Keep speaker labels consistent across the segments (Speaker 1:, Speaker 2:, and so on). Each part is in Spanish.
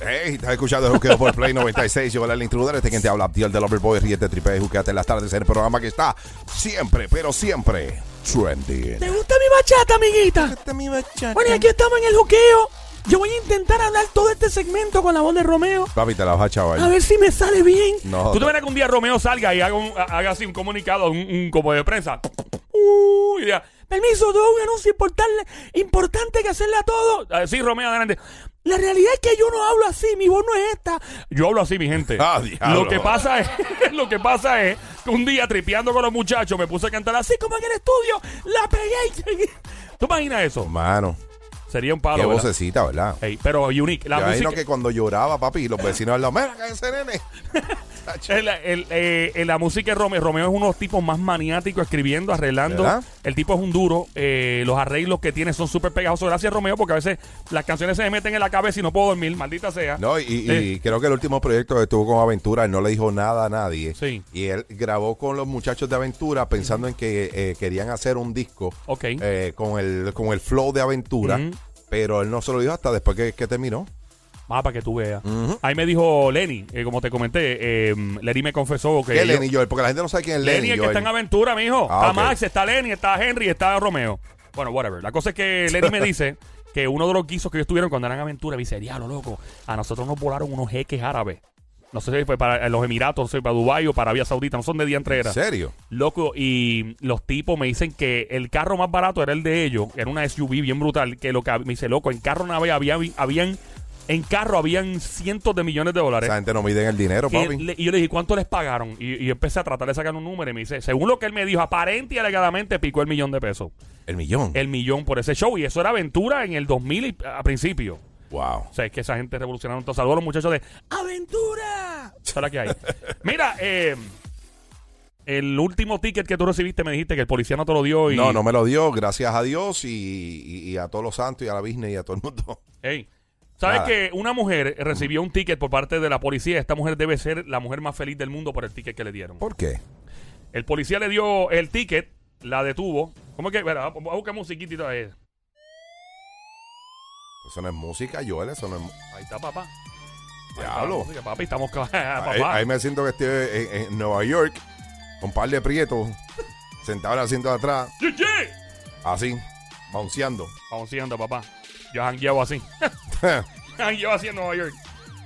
Speaker 1: Hey, estás escuchando el juqueo por Play 96. Yo, el intruder, este quien te habla, Abdiel del Overboy, ríete, tripe, juqueate en las tardes en el programa que está siempre, pero siempre trending.
Speaker 2: ¿Te gusta mi bachata, amiguita? Bueno, y aquí estamos en el juqueo. Yo voy a intentar hablar todo este segmento con la voz de Romeo.
Speaker 1: Papi, te la vas a chaval.
Speaker 2: A ver si me sale bien.
Speaker 1: No,
Speaker 3: ¿Tú te verás que un día Romeo salga y haga, un- haga así un comunicado, un, un como de prensa? Uy, ya.
Speaker 2: Permiso, todo un anuncio importante, importante que hacerle a todos.
Speaker 3: Ah, Sí, Romeo, adelante.
Speaker 2: La realidad es que yo no hablo así, mi voz no es esta.
Speaker 3: Yo hablo así, mi gente.
Speaker 1: Ah, diablo.
Speaker 3: lo que pasa es, lo que pasa es que un día tripeando con los muchachos me puse a cantar así.
Speaker 2: Así como en el estudio, la pegué y
Speaker 3: ¿Tú imaginas eso?
Speaker 1: Mano,
Speaker 3: Sería un
Speaker 1: qué
Speaker 3: palo. Ah, ¿verdad?
Speaker 1: vocecita, ¿verdad?
Speaker 3: Ey, pero unique. La
Speaker 1: Yo imagino
Speaker 3: música, Eh.
Speaker 1: que cuando lloraba, papi, los vecinos al lado, mira, que ese nene.
Speaker 3: el- el- eh, eh, la música de Romeo. Romeo es uno de los tipos más maniáticos escribiendo, arreglando.
Speaker 1: ¿Verdad?
Speaker 3: El tipo es un duro. eh, los arreglos que tiene son súper pegajosos. Gracias, Romeo, porque a veces las canciones se me meten en la cabeza y no puedo dormir. Maldita sea.
Speaker 1: No, y, y-
Speaker 3: Sí.
Speaker 1: y creo que el último proyecto que estuvo con Aventura, él no le dijo nada a nadie.
Speaker 3: Sí.
Speaker 1: Y él grabó con los muchachos de Aventura pensando en que eh, querían hacer un disco
Speaker 3: Ok.
Speaker 1: eh, con, el, con el flow de Aventura,
Speaker 3: Ujú.
Speaker 1: pero él no se lo dijo hasta después que, que terminó.
Speaker 3: Ah, para que tú veas. Ahí me dijo Lenny, eh, como te comenté, eh, Lenny me confesó que.
Speaker 1: ¿Qué
Speaker 3: yo-
Speaker 1: es Lenny Joel? Porque la gente no sabe quién es Lenny,
Speaker 3: Lenny es que
Speaker 1: Joel.
Speaker 3: está en aventura, mijo.
Speaker 1: Ah,
Speaker 3: está
Speaker 1: ok.
Speaker 3: Max, está Lenny, está Henry, está Romeo. Bueno, whatever. La cosa es que Lenny me dice que uno de los guisos que ellos tuvieron cuando eran aventura, me dice, diablo, loco, a nosotros nos volaron unos jeques árabes. No sé si fue para eh, los Emiratos, no sé, para Dubái o para Arabia Saudita, no son de diantre era.
Speaker 1: ¿En serio?
Speaker 3: Loco, y los tipos me dicen que el carro más barato era el de ellos, era una SUV bien brutal, que lo que hab- me dice, loco, en carro nave había, habían, en carro habían cientos de millones de dólares.
Speaker 1: Esa gente no mide el dinero,
Speaker 3: Que
Speaker 1: papi.
Speaker 3: le- y yo le dije, ¿cuánto les pagaron? Y, y yo empecé a tratar de sacar un número y me dice, según lo que él me dijo, aparente y alegadamente picó el millón de pesos.
Speaker 1: El millón.
Speaker 3: El millón por ese show. Y eso era aventura en el 2000 y- a principio.
Speaker 1: Wow.
Speaker 3: O sea, es que esa gente revolucionaron. Entonces, saludos a los muchachos de
Speaker 2: ¡Aventura!
Speaker 3: esa es la que hay. Mira, eh, el último ticket que tú recibiste me dijiste que el policía no te lo dio y...
Speaker 1: No, no me lo dio, gracias a Dios y, y- y a todos los santos y a la Disney y a todo el mundo.
Speaker 3: Ey, ¿Sabes
Speaker 1: Nada.
Speaker 3: que una mujer recibió un ticket por parte de la policía? Esta mujer debe ser la mujer más feliz del mundo por el ticket que le dieron.
Speaker 1: ¿Por qué?
Speaker 3: El policía le dio el ticket, la detuvo. ¿Cómo que? Espera, voy a buscar musiquita. eh.
Speaker 1: Eso no es música, Joel, eso no es... mu-
Speaker 3: Ahí está, papá. Ahí está la
Speaker 1: Diablo.
Speaker 3: música, papi, estamos. ca-
Speaker 1: Ahí,
Speaker 3: papá.
Speaker 1: ahí me siento que estoy en, en Nueva York con un par de prietos sentado en el asiento de atrás,
Speaker 3: Yeah, yeah.
Speaker 1: así, bounceando.
Speaker 3: Vamos siguiendo, papá. Yo jangueado así. jangueado así en Nueva York.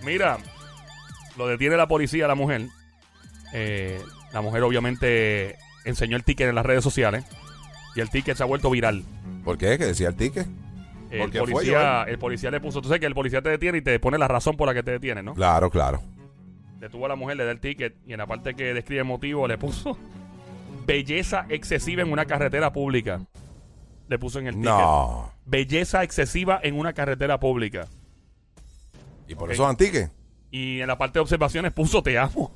Speaker 3: Mira, lo detiene la policía, la mujer. Eh, la mujer, obviamente, enseñó el ticket en las redes sociales. Y el ticket se ha vuelto viral.
Speaker 1: ¿Por qué? ¿Que decía el ticket?
Speaker 3: El
Speaker 1: ¿Por qué fue,
Speaker 3: policía, el policía le puso. Tú sabes que el policía te detiene y te pone la razón por la que te detiene, ¿no?
Speaker 1: Claro, claro.
Speaker 3: Detuvo a la mujer, le da el ticket y en la parte que describe el motivo le puso belleza excesiva en una carretera pública. Le puso en el ticket.
Speaker 1: No.
Speaker 3: Belleza excesiva en una carretera pública.
Speaker 1: ¿Y por
Speaker 3: Ok.
Speaker 1: eso dan ticket?
Speaker 3: Y en la parte de observaciones puso te amo.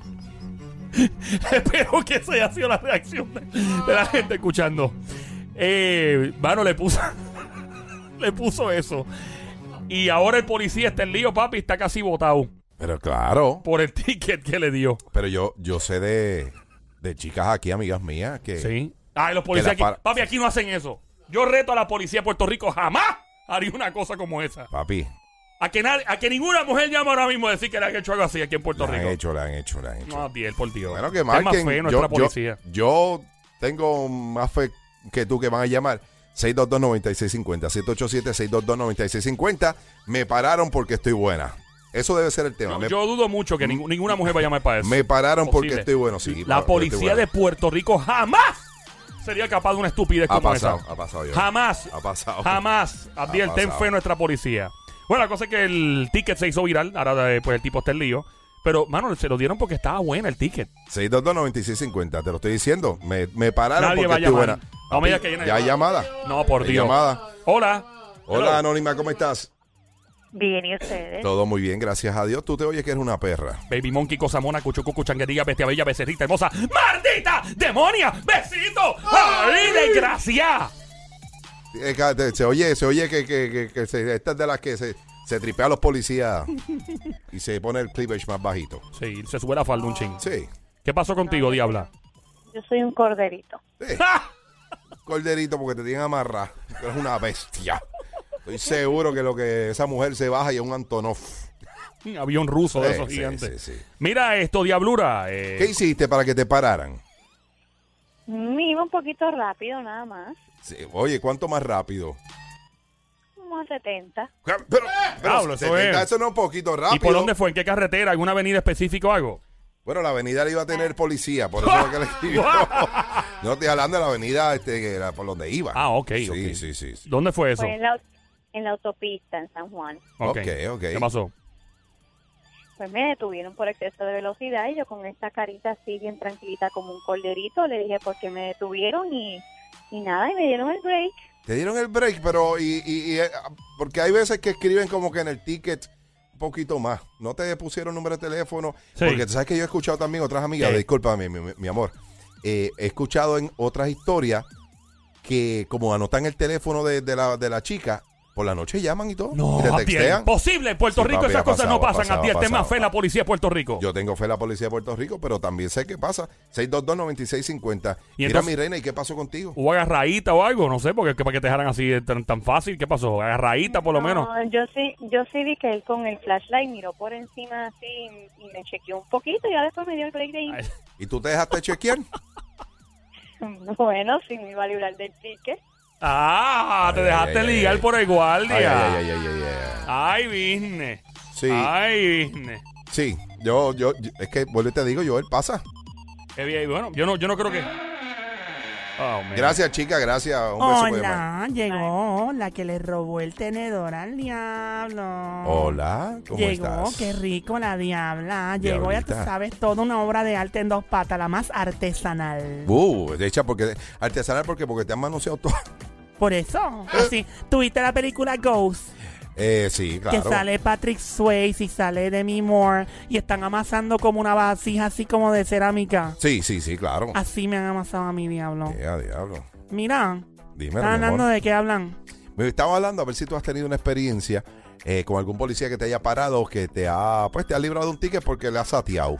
Speaker 3: No joda. Espero que esa haya sido la reacción de, de la gente escuchando. Eh, mano, le puso le puso eso. Y ahora el policía está en lío, papi, está casi botado
Speaker 1: Pero claro.
Speaker 3: por el ticket que le dio.
Speaker 1: Pero yo, yo sé de, de chicas aquí, amigas mías, que...
Speaker 3: Sí. Ay, los policías
Speaker 1: Que
Speaker 3: aquí.
Speaker 1: la para-
Speaker 3: Papi, aquí no hacen eso. Yo reto a la policía de Puerto Rico jamás haría una cosa como esa.
Speaker 1: Papi,
Speaker 3: A que, nadie- a que ninguna mujer llama ahora mismo a decir que le han hecho algo así aquí en Puerto
Speaker 1: la han
Speaker 3: Rico.
Speaker 1: hecho, la han hecho, la han hecho.
Speaker 3: No, Diel, por Dios.
Speaker 1: Bueno, que
Speaker 3: Está más
Speaker 1: marquen.
Speaker 3: feo nuestra
Speaker 1: yo, yo,
Speaker 3: policía.
Speaker 1: yo tengo más fe que tú que van a llamar. 622-9650, 787-622-9650. Me pararon porque estoy buena. Eso debe ser el tema.
Speaker 3: No,
Speaker 1: me,
Speaker 3: yo dudo mucho que ningú- ninguna mujer va a llamar para eso.
Speaker 1: me pararon porque
Speaker 3: Posible.
Speaker 1: estoy bueno, sí. porque
Speaker 3: La
Speaker 1: estoy
Speaker 3: policía
Speaker 1: bueno.
Speaker 3: de Puerto Rico jamás sería capaz de una estupidez
Speaker 1: Ha
Speaker 3: como
Speaker 1: pasado,
Speaker 3: esa.
Speaker 1: ha pasado. yo.
Speaker 3: Jamás.
Speaker 1: Ha pasado.
Speaker 3: Jamás. Abdiel,
Speaker 1: Ha
Speaker 3: ten
Speaker 1: pasado.
Speaker 3: fe en nuestra policía. Bueno, la cosa es que el ticket se hizo viral. Ahora eh, pues el tipo está en lío. Pero, mano, se lo dieron porque estaba buena el ticket.
Speaker 1: 622-9650, te lo estoy diciendo. Me, me pararon
Speaker 3: Nadie va a
Speaker 1: porque estoy
Speaker 3: llamar.
Speaker 1: buena.
Speaker 3: No me digas
Speaker 1: Papi,
Speaker 3: que hay una
Speaker 1: ya hay llamada.
Speaker 3: No, por
Speaker 1: Hay
Speaker 3: Dios.
Speaker 1: llamada.
Speaker 3: Hola.
Speaker 1: Hola, Anónima, ¿cómo estás?
Speaker 4: Bien, ¿y ustedes?
Speaker 1: Todo muy bien, gracias a Dios. Tú te oyes que eres una perra.
Speaker 3: Baby Monkey, cosa mona, cuchucucu, changuería, bestia bella, becerrita hermosa. ¡Maldita! ¡Demonia! ¡Besito! ¡Ay, desgracia!
Speaker 1: Eh, ca- te- Se oye, se oye que, que, que, que se, esta es de las que se, se tripea a los policías y se pone el cleavage más bajito.
Speaker 3: Sí, se sube la falda un ching.
Speaker 1: Sí.
Speaker 3: ¿Qué pasó contigo, diabla?
Speaker 4: Yo soy un corderito.
Speaker 1: Sí. Corderito, porque te tienen amarrado. Tú eres una bestia. Estoy seguro que lo que esa mujer se baja y es un Antonov.
Speaker 3: Un avión ruso de
Speaker 1: Sí,
Speaker 3: esos
Speaker 1: sí,
Speaker 3: gigantes.
Speaker 1: sí, sí.
Speaker 3: Mira esto, Diablura. eh,
Speaker 1: ¿Qué hiciste para que te pararan?
Speaker 4: Me iba un poquito rápido nada más,
Speaker 1: Sí, oye, ¿cuánto más rápido?
Speaker 4: como a 70.
Speaker 1: Pero, pero
Speaker 3: Pablo, eso
Speaker 1: 70,
Speaker 3: es.
Speaker 1: eso no es un poquito rápido.
Speaker 3: ¿Y por dónde fue? ¿En qué carretera? ¿Alguna avenida específica o algo?
Speaker 1: Bueno, la avenida le iba a
Speaker 3: Eh.
Speaker 1: tener policía, por eso es que le escribió. No estoy hablando de la avenida este, que era por donde iba.
Speaker 3: Ah, ok,
Speaker 1: Sí,
Speaker 3: ok.
Speaker 1: sí, sí. sí.
Speaker 3: ¿Dónde fue eso?
Speaker 4: Fue en la, en la autopista en San Juan.
Speaker 1: Ok, ok.
Speaker 3: ¿Qué pasó?
Speaker 4: Pues me detuvieron por exceso de velocidad y yo con esta carita así bien tranquilita como un corderito le dije por qué me detuvieron y, y nada, y me dieron el break.
Speaker 1: Te dieron el break, pero. Y, y- y, eh, porque hay veces que escriben como que en el ticket un poquito más. No te pusieron número de teléfono.
Speaker 3: Sí.
Speaker 1: Porque tú sabes que yo he escuchado también otras amigas,
Speaker 3: ¿Qué?
Speaker 1: disculpa, mi, mi- mi amor. eh, he escuchado en otras historias que, como anotan el teléfono de, de la, de la chica, por la noche llaman y todo. y te
Speaker 3: a pie,
Speaker 1: textean.
Speaker 3: Imposible. En Puerto
Speaker 1: Sí,
Speaker 3: Rico
Speaker 1: papi,
Speaker 3: esas
Speaker 1: ha
Speaker 3: cosas
Speaker 1: pasado,
Speaker 3: no
Speaker 1: ha
Speaker 3: pasan. a
Speaker 1: pasado,
Speaker 3: ti
Speaker 1: ha
Speaker 3: el tema
Speaker 1: pasado.
Speaker 3: fe en la policía de Puerto Rico.
Speaker 1: Yo tengo fe en la policía de Puerto Rico, pero también sé qué pasa. 622-9650.
Speaker 3: Y
Speaker 1: Mira,
Speaker 3: entonces-
Speaker 1: mi reina, ¿y qué pasó contigo?
Speaker 3: ¿Hubo agarradita o algo? No sé, porque que- para que te dejaran así de tan, tan fácil. ¿Qué pasó? Agarradita por lo menos.
Speaker 4: No, yo sí, yo sí vi que él con el flashlight miró por encima así y, y me chequeó un poquito y ya después me dio el break de ir.
Speaker 3: Ay,
Speaker 1: ¿Y tú te dejaste chequear?
Speaker 4: Bueno, sí me iba a librar del ticket.
Speaker 3: Ah, te
Speaker 1: Ay,
Speaker 3: dejaste
Speaker 1: ay, ay,
Speaker 3: ligar
Speaker 1: ay.
Speaker 3: por el guardia.
Speaker 1: Ay, ay,
Speaker 3: Ay,
Speaker 1: ay, ay, ay, ay.
Speaker 3: business.
Speaker 1: Sí,
Speaker 3: Ah, Ay, business.
Speaker 1: sí. Yo, yo, yo- es que vuelvo y te digo, Joel, pasa.
Speaker 3: Qué bien. Bueno, yo no, yo no creo que. Oh, man.
Speaker 1: Gracias, chica, gracias. Un beso pues, muy amable.
Speaker 2: Hola, llegó la que le robó el tenedor al diablo.
Speaker 1: Hola, ¿cómo
Speaker 2: Llegó,
Speaker 1: estás?
Speaker 2: qué rico la diabla. Llegó, ya tú
Speaker 1: Diablita.
Speaker 2: sabes, toda una obra de arte en dos patas, la más artesanal.
Speaker 1: Uh, de hecho, porque artesanal porque porque te han manoseado todo.
Speaker 2: Por eso, así, tuviste la película Ghost,
Speaker 1: Eh, sí,
Speaker 2: que
Speaker 1: claro.
Speaker 2: sale Patrick Swayze y sale Demi Moore, y están amasando como una vasija así como de cerámica.
Speaker 1: Sí, sí, sí, claro.
Speaker 2: Así me han amasado a mi diablo.
Speaker 1: Ya, diablo.
Speaker 2: Mira,
Speaker 1: Dime,
Speaker 2: ¿están hablando de qué hablan?
Speaker 1: Me estaba hablando a ver si tú has tenido una experiencia eh, con algún policía que te haya parado o que te ha, pues, te ha librado un ticket porque le has sateado.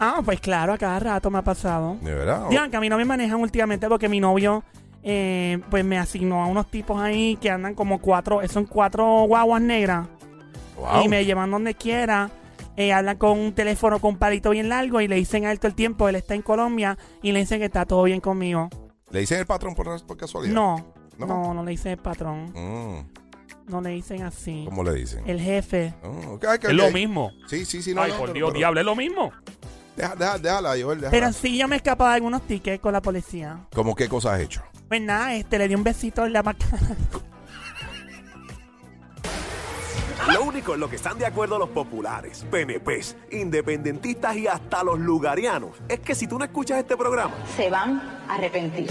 Speaker 2: Ah, pues claro, a cada rato me ha pasado.
Speaker 1: ¿De verdad?
Speaker 2: Digan que a mí no me manejan últimamente porque mi novio eh, pues me asignó a unos tipos ahí que andan como cuatro, son cuatro guaguas negras
Speaker 1: Wow.
Speaker 2: y me llevan donde quiera. Eh, hablan con un teléfono con un palito bien largo y le dicen a él todo el tiempo, él está en Colombia y le dicen que está todo bien conmigo.
Speaker 1: ¿Le dicen el patrón por, por casualidad?
Speaker 2: No,
Speaker 1: Oh, No.
Speaker 2: no, no, le dicen el patrón,
Speaker 1: Mm,
Speaker 2: no le dicen así.
Speaker 1: ¿Cómo le dicen?
Speaker 2: El jefe.
Speaker 1: Mm, ok, ok,
Speaker 3: Es lo
Speaker 1: ok.
Speaker 3: mismo.
Speaker 1: Sí, sí, sí. No,
Speaker 3: Ay,
Speaker 1: no,
Speaker 3: por
Speaker 1: no,
Speaker 3: Dios,
Speaker 1: pero-
Speaker 3: diablo, es lo mismo.
Speaker 1: Deja, deja, déjala, Joel, déjala.
Speaker 2: Pero sí, yo me he escapado de algunos tickets con la policía.
Speaker 1: ¿Cómo qué cosas has hecho?
Speaker 2: Pues nada, este, le di un besito en la maca-
Speaker 5: Lo único en lo que están de acuerdo los populares, PNPs, independentistas y hasta los lugarianos es que si tú no escuchas este programa,
Speaker 6: se van a arrepentir.